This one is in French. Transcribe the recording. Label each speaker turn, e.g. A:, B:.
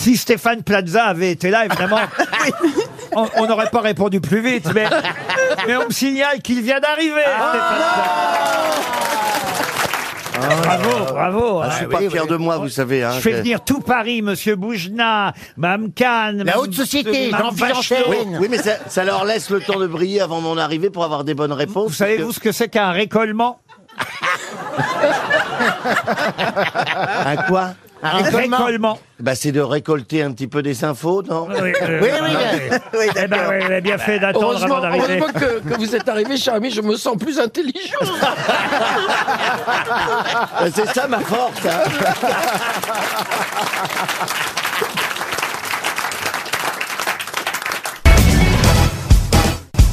A: Si Stéphane Plaza avait été là, évidemment, on on n'aurait pas répondu plus vite. Mais, mais on me signale qu'il vient d'arriver. Stéphane Plaza. bravo, bravo.
B: Ah, je suis pas fier de moi, vous savez. Hein,
A: Je fais
B: j'ai-
A: venir tout Paris, Monsieur Boujna, Mme Kahn.
C: La
A: Mme-
C: haute société,
A: Mme
C: Jean
A: Bachelot.
C: Fianchet.
B: Oui, oui, mais ça, ça leur laisse le temps de briller avant mon arrivée pour avoir des bonnes réponses.
A: Vous savez, vous, ce que c'est qu'un récollement
B: À quoi
A: Un récollement.
B: Bah, c'est de récolter un petit peu des infos, non
A: Oui, euh,
C: Oui, oui, oui.
A: eh ben, oui, vous avez bien fait d'attendre avant
D: Heureusement,
A: d'arriver.
D: heureusement que, que vous êtes arrivé, cher ami, je me sens plus intelligent.
B: Euh, Bah, C'est ça ma force. hein.